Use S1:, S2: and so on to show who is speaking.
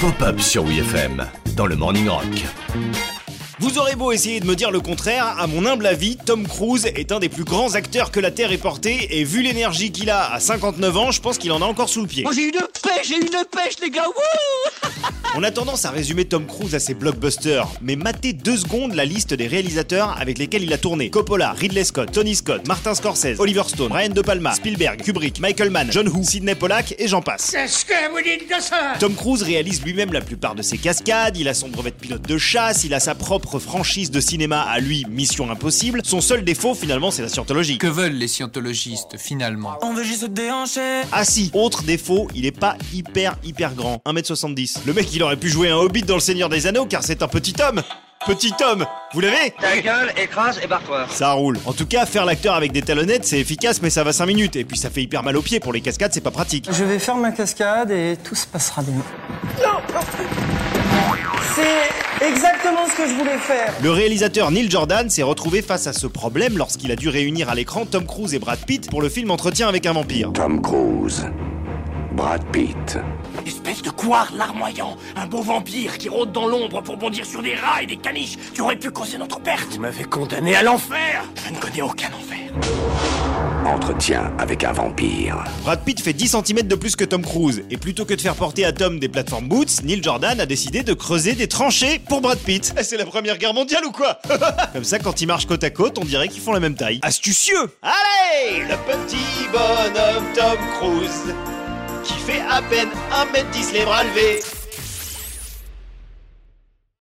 S1: Pop-up sur WFM dans le Morning Rock.
S2: Vous aurez beau essayer de me dire le contraire, à mon humble avis, Tom Cruise est un des plus grands acteurs que la Terre ait porté, et vu l'énergie qu'il a à 59 ans, je pense qu'il en a encore sous le pied.
S3: Oh, j'ai une pêche, j'ai une pêche, les gars! Wouh
S2: On a tendance à résumer Tom Cruise à ses blockbusters, mais matez deux secondes la liste des réalisateurs avec lesquels il a tourné. Coppola, Ridley Scott, Tony Scott, Martin Scorsese, Oliver Stone, Brian De Palma, Spielberg, Kubrick, Michael Mann, John Woo, Sidney Pollack et j'en passe.
S4: Qu'est-ce que vous dites de ça
S2: Tom Cruise réalise lui-même la plupart de ses cascades, il a son brevet de pilote de chasse, il a sa propre franchise de cinéma à lui, Mission Impossible. Son seul défaut finalement c'est la scientologie.
S5: Que veulent les scientologistes finalement
S6: On veut juste se déhancher.
S2: Ah si, autre défaut, il est pas hyper hyper grand, 1m70. Le mec il aurait pu jouer un hobbit dans Le Seigneur des Anneaux car c'est un petit homme. Petit homme, vous l'avez
S7: Ta gueule, écrase et barre-toi.
S2: Ça roule. En tout cas, faire l'acteur avec des talonnettes, c'est efficace, mais ça va 5 minutes. Et puis ça fait hyper mal aux pieds pour les cascades, c'est pas pratique.
S8: Je vais faire ma cascade et tout se passera bien. C'est exactement ce que je voulais faire.
S2: Le réalisateur Neil Jordan s'est retrouvé face à ce problème lorsqu'il a dû réunir à l'écran Tom Cruise et Brad Pitt pour le film Entretien avec un vampire.
S9: Tom Cruise, Brad Pitt.
S10: Espèce de couard larmoyant, un beau vampire qui rôde dans l'ombre pour bondir sur des rats et des caniches qui auraient pu causer notre perte.
S11: Vous m'avez condamné à l'enfer
S10: Je ne connais aucun enfer.
S9: Entretien avec un vampire.
S2: Brad Pitt fait 10 cm de plus que Tom Cruise, et plutôt que de faire porter à Tom des plateformes boots, Neil Jordan a décidé de creuser des tranchées pour Brad Pitt. Eh, C'est la première guerre mondiale ou quoi Comme ça, quand ils marchent côte à côte, on dirait qu'ils font la même taille. Astucieux Allez Le petit bonhomme Tom Cruise, qui fait à peine 1m10 les bras levés.